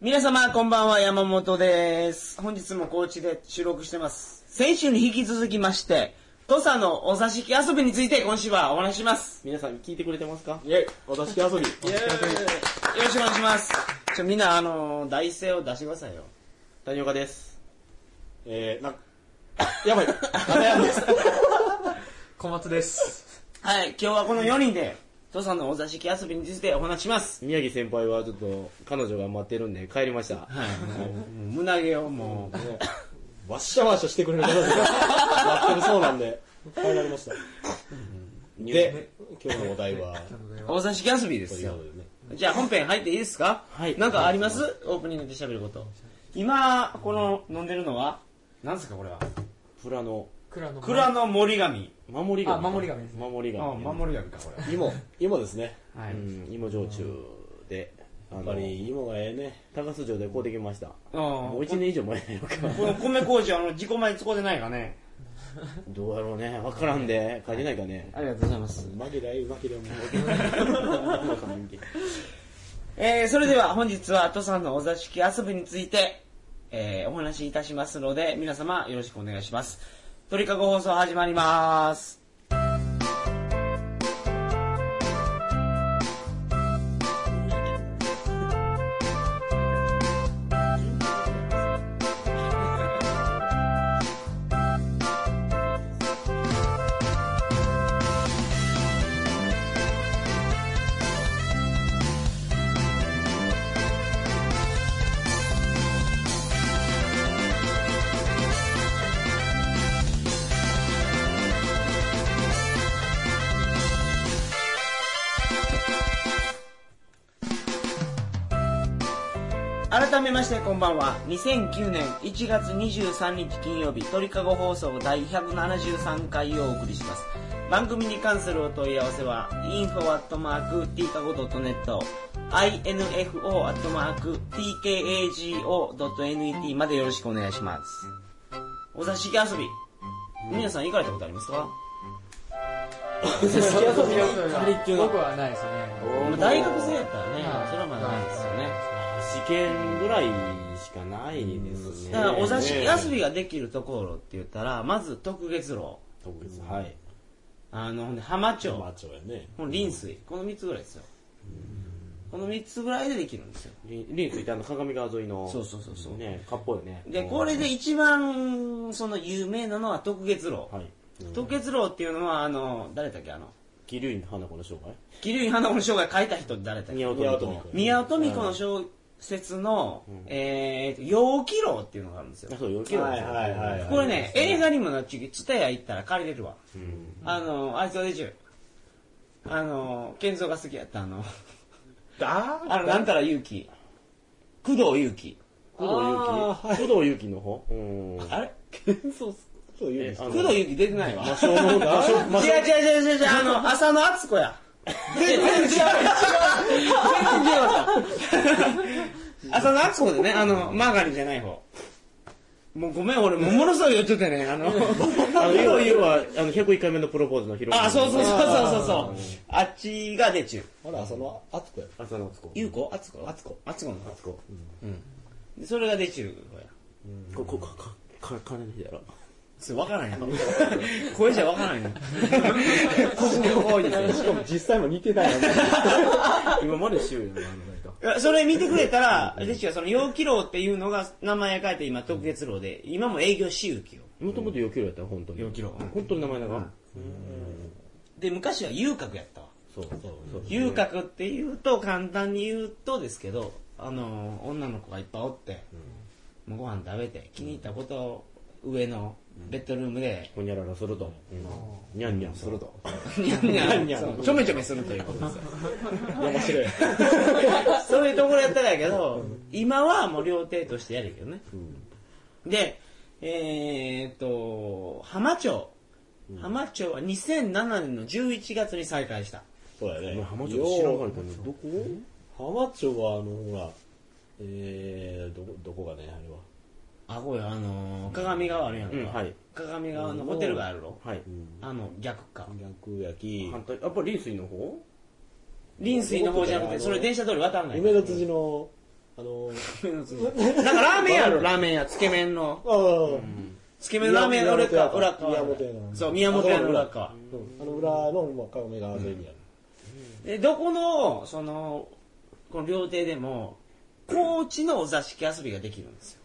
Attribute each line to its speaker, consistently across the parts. Speaker 1: 皆様、こんばんは、山本です。本日も高知で収録してます。先週に引き続きまして、土佐のお座敷遊びについて今週はお話しします。
Speaker 2: 皆さん聞いてくれてますか
Speaker 1: イェイ
Speaker 2: お座敷遊び。
Speaker 1: イェイよろしくお願いします。ちょ、みんな、あのー、大声を出してくださいよ。
Speaker 2: 谷岡です。えー、な、 やばい。あやばいです。
Speaker 3: 小松です。
Speaker 1: はい、今日はこの4人で、土佐のお座敷遊びについてお話しします。
Speaker 2: 宮城先輩はちょっと、彼女が待ってるんで帰りました。
Speaker 1: はい、もう、もう胸毛をもう、
Speaker 2: ねわっしゃわっしゃしてくれる彼 女が待ってるそうなんで、帰られました。で、今日のお題は、
Speaker 1: お座敷遊びで
Speaker 2: と
Speaker 1: す
Speaker 2: いう
Speaker 1: よ
Speaker 2: こ。とでね。
Speaker 1: じゃあ本編入っていいですか
Speaker 2: はい
Speaker 1: なんかありますオープニングで喋ること。今、この飲んでるのはなんですかこれは。
Speaker 2: プラの、
Speaker 3: 蔵の
Speaker 1: 蔵の森神。
Speaker 2: 守り神。
Speaker 3: あ守り神ですね
Speaker 2: 守り神。
Speaker 1: り神か、これ。
Speaker 2: 芋。芋ですね。
Speaker 1: はい
Speaker 2: うん芋焼酎で。やっぱり芋がええね。高須城でこうできました。もう
Speaker 1: あ
Speaker 2: 1年以上前やろか
Speaker 1: あ。。この米麹はあの自己米使ってないかね。
Speaker 2: どうやろうね。わからんで。書いてないかね。
Speaker 1: ありがとうございます。
Speaker 2: マギライ、マギラも。
Speaker 1: えー、それでは本日は土佐のお座敷遊びについて、えー、お話しいたしますので、皆様よろしくお願いします。鳥かご放送始まります。改めましてこんばんは2009年1月23日金曜日鳥かご放送第173回をお送りします番組に関するお問い合わせは info.tkago.net info.tkago.net までよろしくお願いしますお座敷遊び皆さん行かれたことありますか
Speaker 3: 僕はないですね。
Speaker 1: まあ 大学生やったらね
Speaker 3: はい
Speaker 1: それはまだないですよね
Speaker 2: 試験ぐらいしかないですね。
Speaker 1: だからお座敷遊びができるところって言ったらまず特月楼
Speaker 2: 特別。はい。
Speaker 1: あの、ほんで浜町、
Speaker 2: マッチョやね。
Speaker 1: この臨水、この3つぐらいですよ。この3つぐらいでできるんですよ。
Speaker 2: リリンついてあの、鏡川沿いの。
Speaker 1: そうそうそうそう
Speaker 2: ね、かっぽいね。
Speaker 1: で、これで一番、その、有名なのは特月楼。
Speaker 2: はい。
Speaker 1: 特月楼っていうのは、あの、誰だっけ、あの、
Speaker 2: 桐生花子の生涯
Speaker 1: 桐生花子の生涯書いた人って誰だっ
Speaker 2: 宮
Speaker 1: け
Speaker 2: 尾富子。
Speaker 1: 宮尾富子の小説の、えーと、陽気楼っていうのがあるんです
Speaker 2: あ
Speaker 1: よ。
Speaker 2: そう、よけろ。
Speaker 4: はいはいはい
Speaker 1: これね、映画にもなっちゅうけど、ツタヤ行ったら借りれるわ。
Speaker 2: うん。
Speaker 1: あの、あいつはでちゅう。あの、健三が好きやったあの、
Speaker 4: だ
Speaker 1: あの、なんたら勇気。工藤勇気。
Speaker 2: 工藤
Speaker 4: あ
Speaker 2: 祐樹工藤祐樹の方うん。
Speaker 1: あれ
Speaker 2: そう、工藤祐
Speaker 4: え
Speaker 2: 樹。
Speaker 1: 工藤勇気出てないわ。
Speaker 2: 魔性の、魔性、魔
Speaker 1: 違う違
Speaker 2: 性。
Speaker 1: う違う違う違う、あ の、浅野敦子や。全然違う、違う。全然違うわ。浅野敦子でね、あの、マーガリンじゃない方。もうごめん、俺、もものすごい言っててね、 あの、
Speaker 2: あの、要は、要は、あの、101回目のプロポーズのヒロイン。
Speaker 1: あ、そうそうそうそうそう。あっちがでちゅう。
Speaker 4: ほら、その、あつこやろ。
Speaker 2: 浅野敦子。
Speaker 1: ゆうこ敦子
Speaker 4: あつこ。
Speaker 1: 敦子の
Speaker 2: 敦子。
Speaker 1: でそれがでちゅう方や。
Speaker 2: こ、こ、か、か、か、金の日やろ。
Speaker 1: それ分からんやろ。声じゃ分から んやん。ここ多いですよ。
Speaker 4: しかも実際も似てないよね。
Speaker 2: 今までしようよ、あの、なんか。
Speaker 1: いやそれ見てくれたら、ぜひその陽気楼っていうのが名前が変えて今特別楼で、今も営業しゆきよ。
Speaker 2: もともと4キロやったよ、本当に。
Speaker 1: 4キロ
Speaker 2: 本当に名前だから。
Speaker 1: で、昔は遊郭やったわ。
Speaker 2: そう、そう、そう。
Speaker 1: 遊郭っていうと簡単に言うとですけど、あの、女の子がいっぱいおって、もうご飯食べて、気に入ったことを上のベッドルームで、
Speaker 2: ほにゃららすると。にゃんにゃんすると。
Speaker 1: にゃんにゃん
Speaker 4: にゃん
Speaker 1: そうちょめちょめするということですよ。
Speaker 4: 面白い。
Speaker 1: そういうところやったらやけど、今はもう料亭としてやるけどね。で、えーっと、浜町。浜町は2007年の11月に再開した。
Speaker 4: そうやね。
Speaker 2: 浜町知らんか
Speaker 4: よ
Speaker 2: ったね。どこ
Speaker 4: う浜町は、あの、ほら、えー、どこ、どこがね、あれは。
Speaker 1: あ、これあのー、鏡川あるやんか。
Speaker 2: うんはい
Speaker 1: 鏡川のホテルがあるろ。
Speaker 2: はい。
Speaker 1: あの、逆か。
Speaker 4: 逆焼き。
Speaker 2: 反対、やっぱり臨水の方
Speaker 1: 臨水の方じゃなくて、それ電車通り渡んない。
Speaker 4: 夢の辻の、あのー、
Speaker 1: なんかラーメンやろ、ラーメン屋、つけ麺の。
Speaker 4: ああ、
Speaker 1: つけ麺のラーメンの裏
Speaker 4: 宮
Speaker 1: か、
Speaker 4: 本
Speaker 1: 裏
Speaker 4: 屋
Speaker 1: か。
Speaker 4: 宮本屋の
Speaker 1: そう、宮本屋の裏か。
Speaker 4: あの裏の、まあ、顔目が全にあ
Speaker 1: で、
Speaker 4: る。
Speaker 1: どこの、その、この料亭でも、高知のお座敷遊びができるんですよ。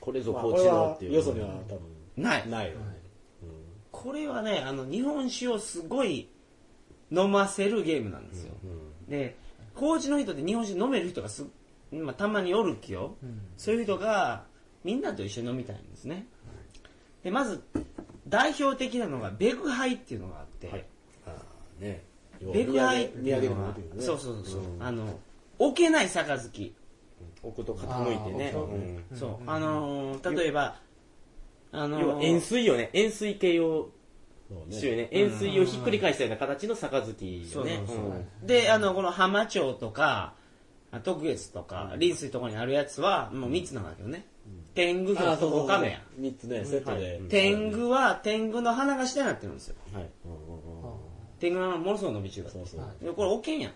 Speaker 5: これぞ
Speaker 4: まあ
Speaker 5: 高
Speaker 4: こ
Speaker 5: 知
Speaker 4: れ
Speaker 5: の
Speaker 4: は
Speaker 5: っていう
Speaker 4: よそには多分
Speaker 1: ない。
Speaker 5: ないよね
Speaker 1: これはね、あの、日本酒をすごい飲ませるゲームなんですよ。で、高知の人って日本酒飲める人がす、まあ、たまにおるきよ。そういう人が、みんなと一緒に飲みたいんですね。で、まず、代表的なのが、ベグハイっていうのがあって、
Speaker 5: ああね
Speaker 1: ベグハイって
Speaker 4: 土産
Speaker 1: い
Speaker 4: で
Speaker 1: う
Speaker 4: も
Speaker 1: の
Speaker 4: 持っ
Speaker 1: は
Speaker 4: てるよ、ね。
Speaker 1: そうそうそう、あの、置けない杯。
Speaker 5: 置くと傾いてね
Speaker 3: あー
Speaker 5: うん
Speaker 1: そう、あのー例えば、あのー
Speaker 2: 要は円錐よね円錐形を
Speaker 5: そう
Speaker 2: しよう
Speaker 5: ね
Speaker 2: ね円錐をひっくり返したような形の杯
Speaker 1: そ
Speaker 2: よ
Speaker 1: うね
Speaker 2: ね、うん
Speaker 1: で、あの、この浜町とか、あ徳月とか、臨水とかにあるやつは、もう3つなんだけどね。天狗
Speaker 4: ああ、
Speaker 1: 表
Speaker 4: そう
Speaker 1: と
Speaker 4: そ
Speaker 1: お
Speaker 4: うそう。
Speaker 1: 亀や。
Speaker 4: 三つね、セットで。
Speaker 1: 天狗は、天狗の花が下になってるんですよ。
Speaker 2: はい
Speaker 1: 天狗の花ものすごい伸び中だ
Speaker 4: そうそう。
Speaker 1: でこれおけんやん。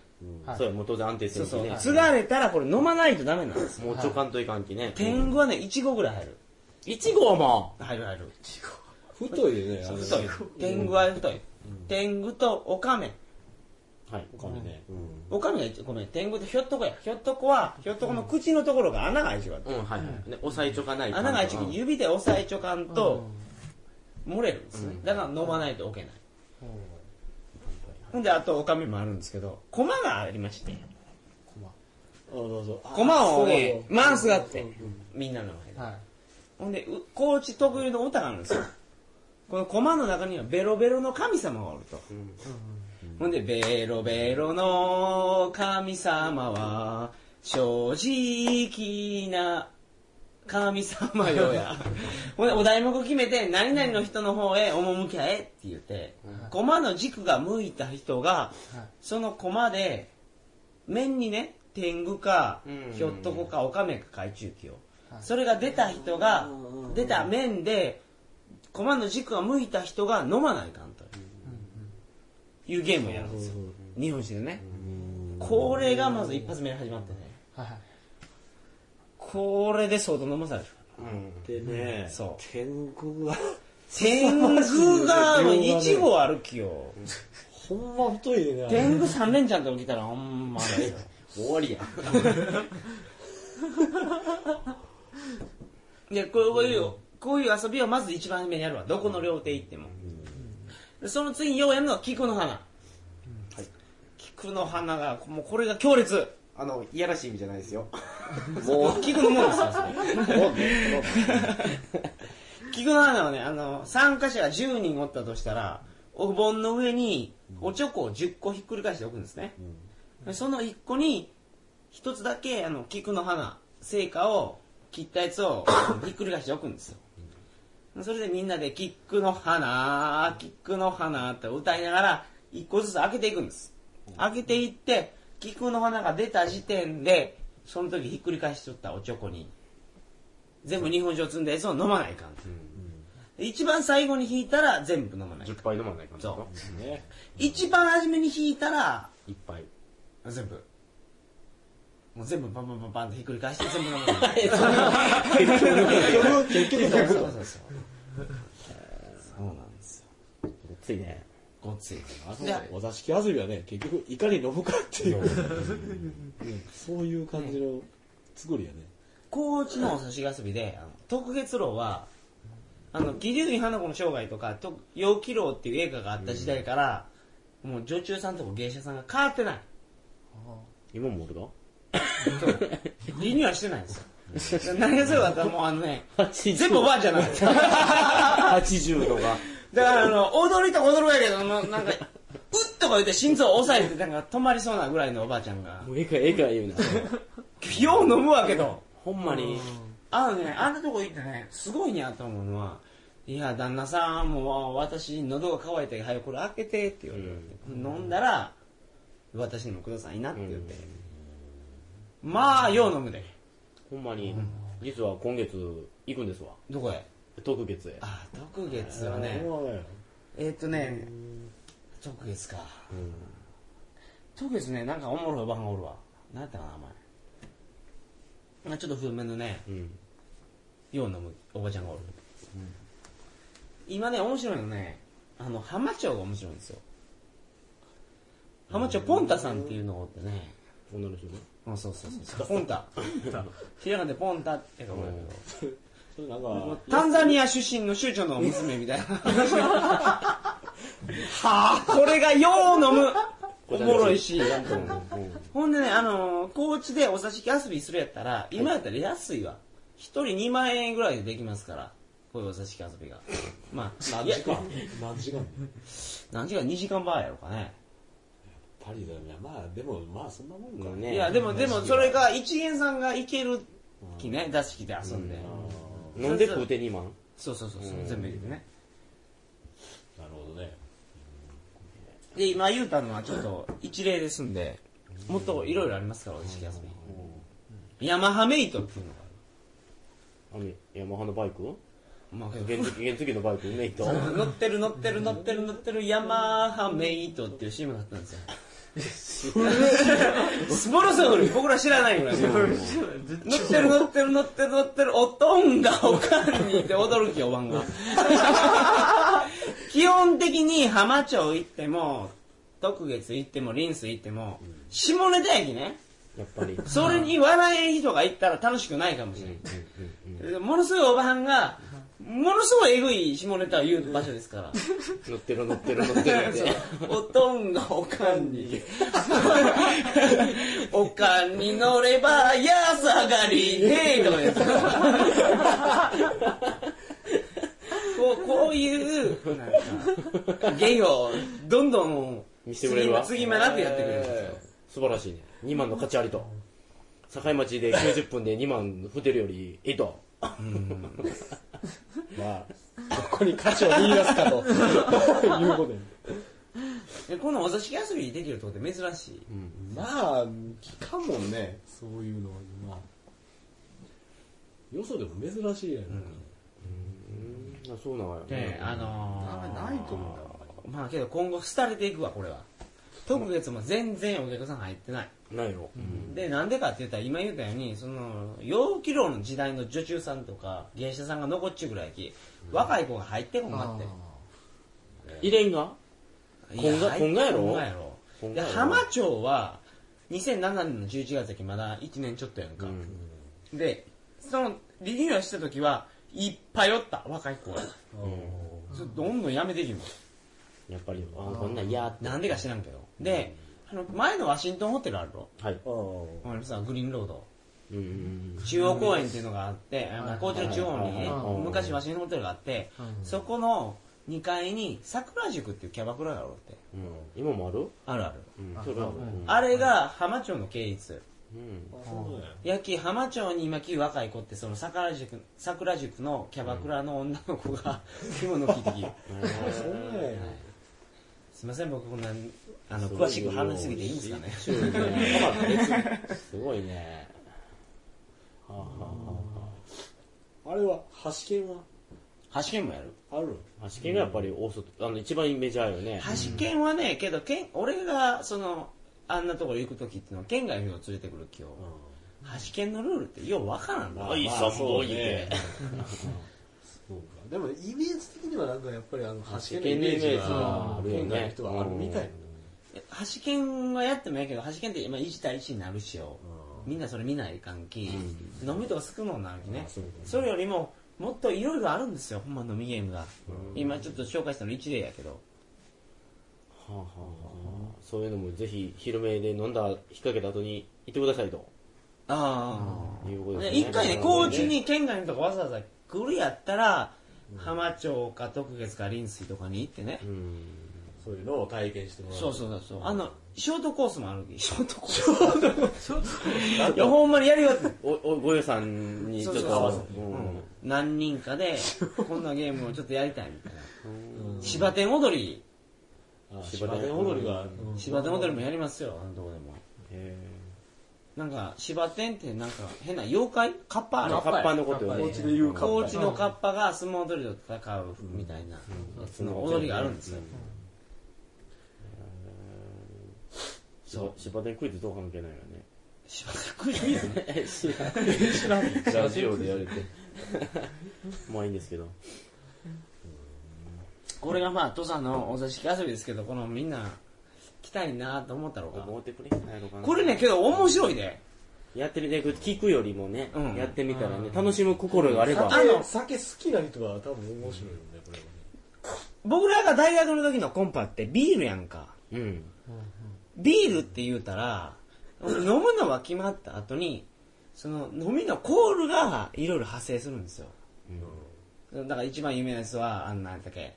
Speaker 3: はい
Speaker 2: そうやもう当然安定
Speaker 1: そう
Speaker 2: 性
Speaker 1: そう
Speaker 2: に。ね
Speaker 1: 継がれたらこれ飲まないとダメなんですよ。
Speaker 2: もうちょかんといかんきね
Speaker 1: 天狗はね、1合ぐらい入る。
Speaker 2: 1号も
Speaker 1: 入る入る。
Speaker 4: 太いよね、あの、
Speaker 1: 太い。天狗は太い。天狗とお亀。
Speaker 2: はい
Speaker 4: お金ね。
Speaker 1: おかみが一応ごめん天狗ってひょっとこやひょっとこはひょっとこの口のところが穴が開いちまう
Speaker 2: うんはいはいね押さえちょかないと
Speaker 1: 穴が開いちまう指で押さえちょかんと漏れるんですねだから飲まないと置けないほんであとおかみもあるんですけど駒がありまして
Speaker 4: あそうそう。あ
Speaker 1: 駒を
Speaker 4: そう
Speaker 1: ね
Speaker 4: そう
Speaker 1: 回すがあってみんなの前で
Speaker 3: はい
Speaker 1: ほんでう高知特有の歌があるんですよこの駒の中にはベロベロの神様がおるとほんで、ベロベロの神様は、正直な神様よ や。ほんで、お題目を決めて、何々の人の方へ赴きゃえって言って、駒の軸が向いた人が、その駒で、面にね、天狗か
Speaker 2: うん、
Speaker 1: ひょっとこか、おかめか、海中記を。それが出た人が、出た面で、駒の軸が向いた人が飲まないかんと。いうゲームをやるんですよ。日本酒でね。これがまず一発目に始まってね。
Speaker 3: はい
Speaker 1: これで相当飲まされる。
Speaker 5: でね
Speaker 1: そう
Speaker 5: 天狗は
Speaker 1: 天狗が、もう一号歩きよ。
Speaker 4: ほんま太いよね。
Speaker 1: 天狗三連チャンと起きたらほんまだよ。
Speaker 2: 終わりや
Speaker 1: いや、こういう、こういう遊びをまず一番目にやるわ。どこの料亭行っても。でその次にようやるのは菊の花。菊の花が、もうこれが強烈。
Speaker 2: あのいやらしい意味じゃないですよ
Speaker 1: もう、菊のもんですよ、それ。菊の花はね、あの、参加者が10人おったとしたら、お盆の上に、おちょこを10個ひっくり返しておくんですね。その1個に、1つだけ、あの、菊の花、成果を、切ったやつを、ひっくり返しておくんですよ。それでみんなで、キックの花、キックの花って歌いながら、一個ずつ開けていくんです。開けていって、キックの花が出た時点で、その時ひっくり返しとったおちょこに、全部日本酒を積んだやつを飲まないかんと。一番最後に引いたら全部飲まないかん。
Speaker 2: 10杯飲まないかん
Speaker 1: そ
Speaker 4: ね。
Speaker 1: 一番初めに引いたら、
Speaker 2: 1杯
Speaker 1: 全部。もう全部パンパンパンパンってひっくり返して全部飲まないかん。そうそうそう
Speaker 4: 結局、結局、
Speaker 1: なんですよ。
Speaker 2: ついね
Speaker 1: ごっつい。
Speaker 4: あそうお座敷遊びはね、結局、いかに飲むかっていう、うんそういう感じの作りやね。
Speaker 1: 高知のお刺し遊びで、あの特月楼は、あの、義龍院花子の生涯とか、と陽気楼っていう映画があった時代から、もう女中さんとか芸者さんが変わってない。
Speaker 2: 今もおるの
Speaker 1: リニューアルしてないんですよ。何がすごかったらもうあのね、全部おばあちゃんなんですよ。
Speaker 2: 80度が
Speaker 1: だからあの、踊りとか踊るわけど、もうなん か、うっとか言って心臓を押さえて、なんか止まりそうなぐらいのおばあちゃんが、
Speaker 2: ええかええか言うな
Speaker 1: よう飲むわけど。
Speaker 2: ほんまに
Speaker 1: あのね、あんなとこ行ってね、すごいなと思うのは、いや、旦那さん、もう私、喉が渇いて、早くこれ開けてって言われて、飲んだら、私にもくださいなって言って。まあ、よう飲むで。
Speaker 2: ほんまに実は今月行くんですわ
Speaker 1: どこへ
Speaker 2: 特月へ
Speaker 1: あ、特月はね、
Speaker 4: ほんまね
Speaker 1: えーっとね、特月か。特月ね、なんかおもろい番がおるわ。なんやったかな、あちょっと古めのね、
Speaker 2: うん
Speaker 1: よう飲むおばちゃんがおる、今ね面白いのねあの浜町が面白いんですよ浜町ポンタさんっていうのがおってね
Speaker 2: 女の人ね
Speaker 1: うんそうそうそうそうポンタひらがなでポンタってかこれ
Speaker 4: それなんか、
Speaker 1: タンザニア出身の州長の娘みたいな はあこれがよう飲むおもろいしほんでね、あのー、高知でお座敷遊びするやったら、今やったら安いわ。一人2万円ぐらいでできますから、こういうお座敷遊びが。まあ、
Speaker 4: 何時間何時間
Speaker 1: 何時間 ?2 時間前やろうかね。
Speaker 4: パリだよね。まあ、でも、まあ、そんなもんか
Speaker 2: うん
Speaker 4: ね。
Speaker 2: ね
Speaker 1: いや、でも、でも、それが一元さんが行ける気ね、座敷で遊んで。
Speaker 2: 飲んで食うて2万
Speaker 1: そうそうそうそう、全部入れてね。
Speaker 4: なるほどね。
Speaker 1: で、今言うたのはちょっと一例ですんで、もっといろいろありますから、お座敷遊び。ヤマハメイトっていうのがあ
Speaker 2: あのヤマハのバイク
Speaker 1: る。まあ
Speaker 2: 原 付原付のバイクメイト
Speaker 1: 乗ってる乗ってる乗ってる乗ってるヤマハメイトっていう CM があったんですよ。スポルソより僕ら知らないぐらい。乗ってる乗ってる乗ってる乗ってる、おとんがおかんにって驚きおばんが。基本的に浜町行っても、徳月行っても、臨水行っても、下ネタ駅ね。
Speaker 2: やっぱり
Speaker 1: それに笑えん人が行ったら楽しくないかもしれない。ものすごいおばはんが、ものすごいえぐい下ネタを言う場所ですから。
Speaker 2: 乗ってる乗ってる乗って るって
Speaker 1: おとんがおかんに。おかんに乗れば、やさがり程度です。こうこういう、なんか、芸をどんどん
Speaker 2: 見せてくれるわ
Speaker 1: 継ぎ間なくやってくれるんですよ。
Speaker 2: 素晴らしいね2万の価値ありと境町で90分で2万振ってるよりええと
Speaker 4: まあ、どこに価値を見出す かと、いうことで。
Speaker 1: でこのお座敷遊びできるとこって珍しい。
Speaker 4: まあ、聞かんもんね。そういうのは、まあ。よそでも珍しいやん。
Speaker 2: あそうなのよ
Speaker 1: ねあのー、
Speaker 5: ないと思うんだ
Speaker 1: まあけど今後廃れていくわこれは特月も全然お客さん入ってない、
Speaker 2: ないの
Speaker 1: でなんでかって言ったら今言ったようにその陽気楼の時代の女中さんとか芸者さんが残っちゅうぐらいやき若い子が入ってこんかって
Speaker 2: 入れんが
Speaker 1: いや
Speaker 2: こんが
Speaker 1: 入っ
Speaker 2: こんがやろ
Speaker 1: こんがやろ
Speaker 2: こん
Speaker 1: で
Speaker 2: がやろ
Speaker 1: 浜町は2007年の11月やきまだ1年ちょっとやんか、でそのリニューアルした時はいっぱいおった若い子がそれどんどんやめていきます
Speaker 2: やっぱりあこんなん嫌って
Speaker 1: なんでか知らんけど。で、あの、前のワシントンホテルあるろ
Speaker 2: はい
Speaker 4: あ
Speaker 1: あのさ、グリーンロード。
Speaker 2: うんうんうん
Speaker 1: 中央公園っていうのがあって、あの高知の中央にね
Speaker 2: はいはいはい、
Speaker 1: 昔ワシントンホテルがあって
Speaker 3: う、ん
Speaker 1: そこの2階に桜塾っていうキャバクラがあるって。
Speaker 2: うん今もある
Speaker 1: あるある。
Speaker 2: うん
Speaker 3: あ
Speaker 2: それは
Speaker 3: うん
Speaker 2: うん
Speaker 1: あれが浜町の系列。
Speaker 2: うん
Speaker 4: あ、そうだよ。
Speaker 1: やき浜町に今き若い子ってその桜塾桜塾のキャバクラの女の子 が着物着てきる
Speaker 4: そんなんや。
Speaker 1: すいません僕こんなあの詳しく話しすぎていいんですかね
Speaker 2: すごいねすごいねはあは
Speaker 4: あれは、橋券は
Speaker 1: 橋剣もやる
Speaker 4: ある
Speaker 2: あはあ足剣がやっぱり大外あの一番メジャーよね
Speaker 1: 橋剣はね、けど剣俺がそのあんなところ行く時っていうのは県外の人を連れてくる今日、橋剣のルールってようわからんな、
Speaker 2: はい
Speaker 4: まあ
Speaker 2: 三本
Speaker 4: そ
Speaker 2: 言う
Speaker 4: うね
Speaker 2: て
Speaker 5: そうかでもイメージ的にはなんかやっぱりあの橋
Speaker 2: 橋系
Speaker 5: 家のイメージ
Speaker 2: の
Speaker 5: が
Speaker 2: イメージがあるよ
Speaker 5: 県
Speaker 2: ね
Speaker 5: 外の人はあるみたいな
Speaker 1: 橋剣はやってもええけど橋剣って今1対1になるしよ、みんなそれ見ないかんき、飲みとか少のなわけね、それよりももっといろいろあるんですよほんま飲みゲームが、今ちょっと紹介したの1例やけど
Speaker 2: はあはあはあそういうのもぜひ昼目で飲んだ引っ掛けた後に行ってくださいと
Speaker 1: ああ、
Speaker 2: いうことですね
Speaker 1: 一回ね、高知に県外のとこわざわざ来るやったら、浜町か徳月か林水とかに行ってね、
Speaker 2: うん
Speaker 5: そういうのを体験してもらう
Speaker 1: そうそうそうそう。あの、ショートコースもあるわけショートコース。ショートコース。いや、ほんまにやるよって。
Speaker 2: おおご予算にちょっ
Speaker 1: そうそう
Speaker 2: と合わせ
Speaker 1: そう
Speaker 2: て
Speaker 1: うん何人かで、こんなゲームをちょっとやりたいみたいな。芝天踊り、
Speaker 4: あ
Speaker 2: 芝
Speaker 4: 芝
Speaker 2: 田
Speaker 4: 田踊りが、
Speaker 1: 芝天踊りもやりますよ、あのとこでも。
Speaker 2: へ
Speaker 1: なんか、芝天ってなんか変な妖怪カッパあ
Speaker 2: ー
Speaker 1: る
Speaker 2: カッパのことよね
Speaker 5: 高知で言うカ
Speaker 1: 高
Speaker 5: ッ
Speaker 1: 知のカッパが相撲取りと戦うみたいなやつの踊りがあるんですよ。
Speaker 2: そう芝田にクイズどう関係ないよね
Speaker 1: 柴田君見るの
Speaker 2: 知らんラジオでやれて まあいいんですけど
Speaker 1: これがまあ土佐のお座敷遊びですけどこのみんな来たいなと思ったろうが
Speaker 2: 思ってくれへんのやろかな
Speaker 1: これねけど面白いで
Speaker 2: やってみて聞くよりもね、
Speaker 1: うん
Speaker 2: やってみたらね楽しむ心があれば、
Speaker 1: あの
Speaker 4: 酒好きな人は多分面白いよね、これはね。
Speaker 1: 僕らが大学の時のコンパってビールやんか
Speaker 2: うん
Speaker 1: ビールって言うたら飲むのは決まった後にその飲みのコールがいろいろ派生するんですよだから一番有名なやつはあのなんだっけ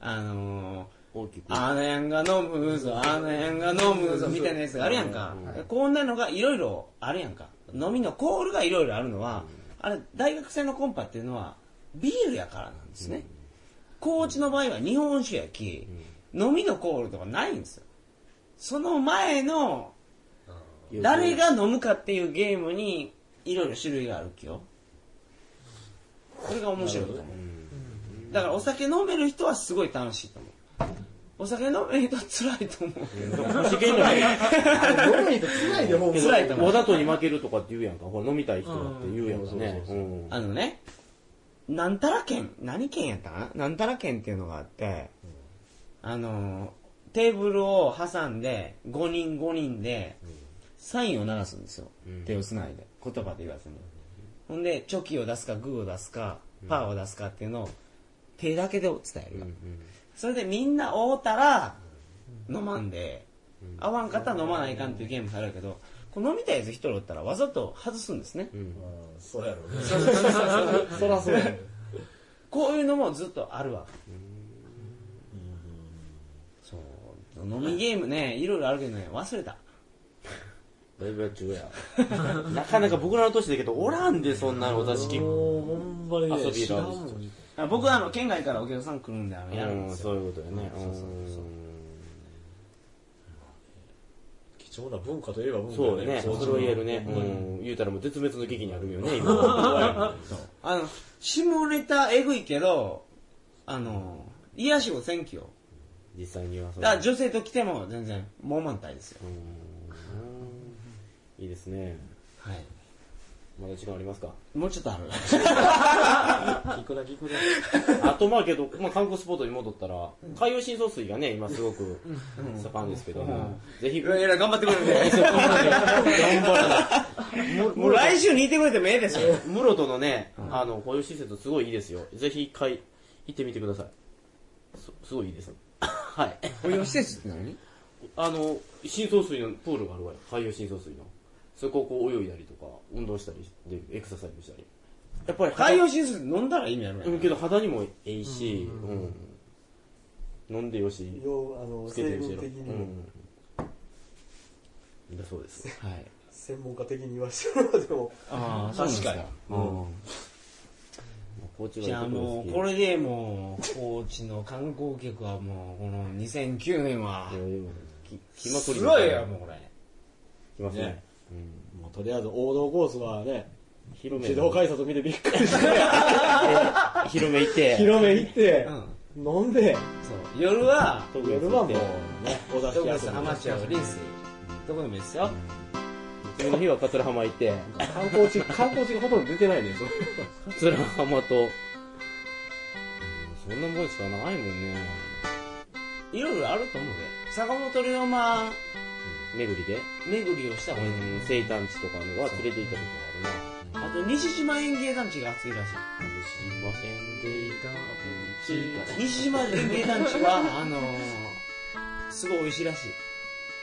Speaker 1: あのー
Speaker 2: 大きく
Speaker 1: あのやんが飲むぞ、あのやんが飲むぞ、みたいなやつがあるやんか。こんなのがいろいろあるやんか。飲みのコールがいろいろあるのは、あれ、大学生のコンパっていうのは、ビールやからなんですね。高知の場合は日本酒やき、飲みのコールとかないんですよ。その前の、誰が飲むかっていうゲームに、いろいろ種類があるきよ。これが面白いと思う。だからお酒飲める人はすごい楽しいと思う。お酒飲める人は辛いと思
Speaker 2: 試験外
Speaker 4: 飲む人つないでほん
Speaker 1: う。辛いと思
Speaker 2: わ
Speaker 1: う。
Speaker 2: ざとに負けるとかって言うやんかほら飲みたい人だって言うやんかね
Speaker 4: う
Speaker 2: うん
Speaker 1: あのね、なんたら県、何県やったかななんたら県っていうのがあって、あの、テーブルを挟んで、5人5人で、サインを鳴らすんですよ。手をつないで。言葉で言わずに。ほんで、チョキを出すか、グーを出すか、パーを出すかっていうのを、手だけで伝えるわ。それでみんな会うたら、飲まんで、合わんかったら飲まないかんっていうゲームされるけど、こう飲みたいやつ一人おったらわざと外すんですね。
Speaker 4: そうやろね。そらそうやね。
Speaker 1: こういうのもずっとあるわ。そう。飲みゲームね、いろいろあるけどね、忘れた。
Speaker 2: だいぶやっちゅうやなかなか僕らの年だけどおらんでそんなのお座敷
Speaker 4: もうほんまにね
Speaker 2: 遊び
Speaker 4: 知ら
Speaker 2: が
Speaker 4: んもん。
Speaker 1: あ僕はあの、県外からお客さん来るんで、あの、やるん
Speaker 2: う
Speaker 1: で
Speaker 2: ん
Speaker 1: す
Speaker 2: そう
Speaker 1: よ。
Speaker 2: いうことやね
Speaker 1: そうそうそう
Speaker 4: 貴重な文化といえば文化
Speaker 2: そう
Speaker 4: や
Speaker 2: ねそれは言えるねうん言うたらもう絶滅の危機にあるよね今
Speaker 1: あの、下ネタえぐいけど、あの、癒やしを選挙。
Speaker 2: 実際にはそう
Speaker 1: だから女性と来ても全然、もう満タイですよ。
Speaker 2: いいですね
Speaker 1: はい。
Speaker 2: まだ時間ありますか
Speaker 1: もうちょっとある。
Speaker 4: 聞くな聞く な。
Speaker 2: あとまあけど、まあ、観光スポットに戻ったら海洋深層水がね今すごく盛んですけどもぜひ
Speaker 1: いやいや、頑張ってくれる ね。もう来週にいてくれてもええですよ。
Speaker 2: 室戸のね、あの、保養施設すごいいいですよ。ぜひ一回行ってみてください。すすごいいいです。 はい。
Speaker 1: 保養施設って何
Speaker 2: あの、深層水のプールがあるわよ。海洋深層水の。そこをこう泳いだりとか、運動したり、で、エクササイズしたり。やっぱり肌、
Speaker 1: 海洋施設って飲んだら意味あるや
Speaker 2: うんんけど肌にもええし、うん飲んでよし、
Speaker 5: 要あの
Speaker 2: つけて
Speaker 5: 専
Speaker 2: よし
Speaker 5: 門
Speaker 2: やろ。う
Speaker 5: 的に
Speaker 2: ん。だそうです。
Speaker 1: はい。
Speaker 5: 専門家的に言わせてもらっても
Speaker 1: ああ、
Speaker 4: 確かに。
Speaker 2: うん。コーチ
Speaker 1: じゃあもう、これでもう、高知の観光客はもう、この2009年は、
Speaker 2: 来まくり
Speaker 1: すごいよ、もうこれ。
Speaker 2: 来ますね
Speaker 4: ね。もうとりあえず王道コースはね、
Speaker 2: 広め
Speaker 4: 自動改札見てびっくりして、
Speaker 2: 広め行って、
Speaker 4: 広め行って
Speaker 1: う、ん。
Speaker 4: 飲んで、
Speaker 1: そう。夜は、
Speaker 4: 夜はもうね、お座
Speaker 1: 特
Speaker 4: 敷遊
Speaker 1: 別
Speaker 4: び。
Speaker 1: アマチュアをリース。どこでもいいですよ。
Speaker 2: 次の日は桂浜行って、
Speaker 4: 観光地、観光地がほとんど出てないね。 そう
Speaker 2: 桂浜と、うんそんなもんしかないもんね。
Speaker 1: いろいろあると思うで。坂本龍馬
Speaker 2: 巡りで、
Speaker 1: 巡りをした方
Speaker 2: う
Speaker 1: がいいと
Speaker 2: ん、生誕地とかのは連れて行ったこと
Speaker 1: 思う。あと、西島園芸団地が熱いらしい。
Speaker 2: あるな。島園でいた
Speaker 1: 西島園芸団地は、あのー、すごい美味しいらしい。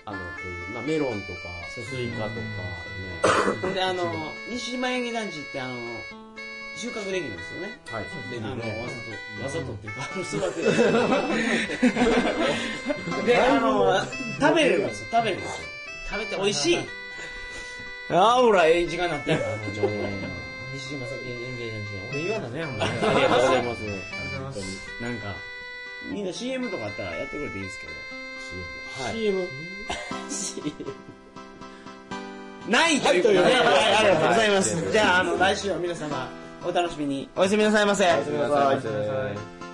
Speaker 2: あの、えーまあ、メロンとか、スイカとか、ね。
Speaker 1: で、あ の、西島園芸団地って、あの、収穫できるんですよね。
Speaker 2: はい。
Speaker 1: あの、わざと、わざとっていうか、あの、育てて。で、あの、食べるんですよ、食べるんですよ。食べて美味しい。あー、ほら、ええ時間になったよ。西島園芸団地
Speaker 3: 言わだね、ほんまに。
Speaker 2: ありがとうございます。
Speaker 1: のなんか、みんな CM とかあったらやってくれていいですけど。
Speaker 2: はい。
Speaker 4: CM。
Speaker 1: ないということで、
Speaker 4: は
Speaker 1: はいい、
Speaker 4: ということで
Speaker 1: ありがとうございま
Speaker 2: は
Speaker 1: す。
Speaker 2: い
Speaker 1: じゃあ、あの、来週は皆様、お楽しみに。おやすみなさいませ。おやす
Speaker 2: ごめんなさい。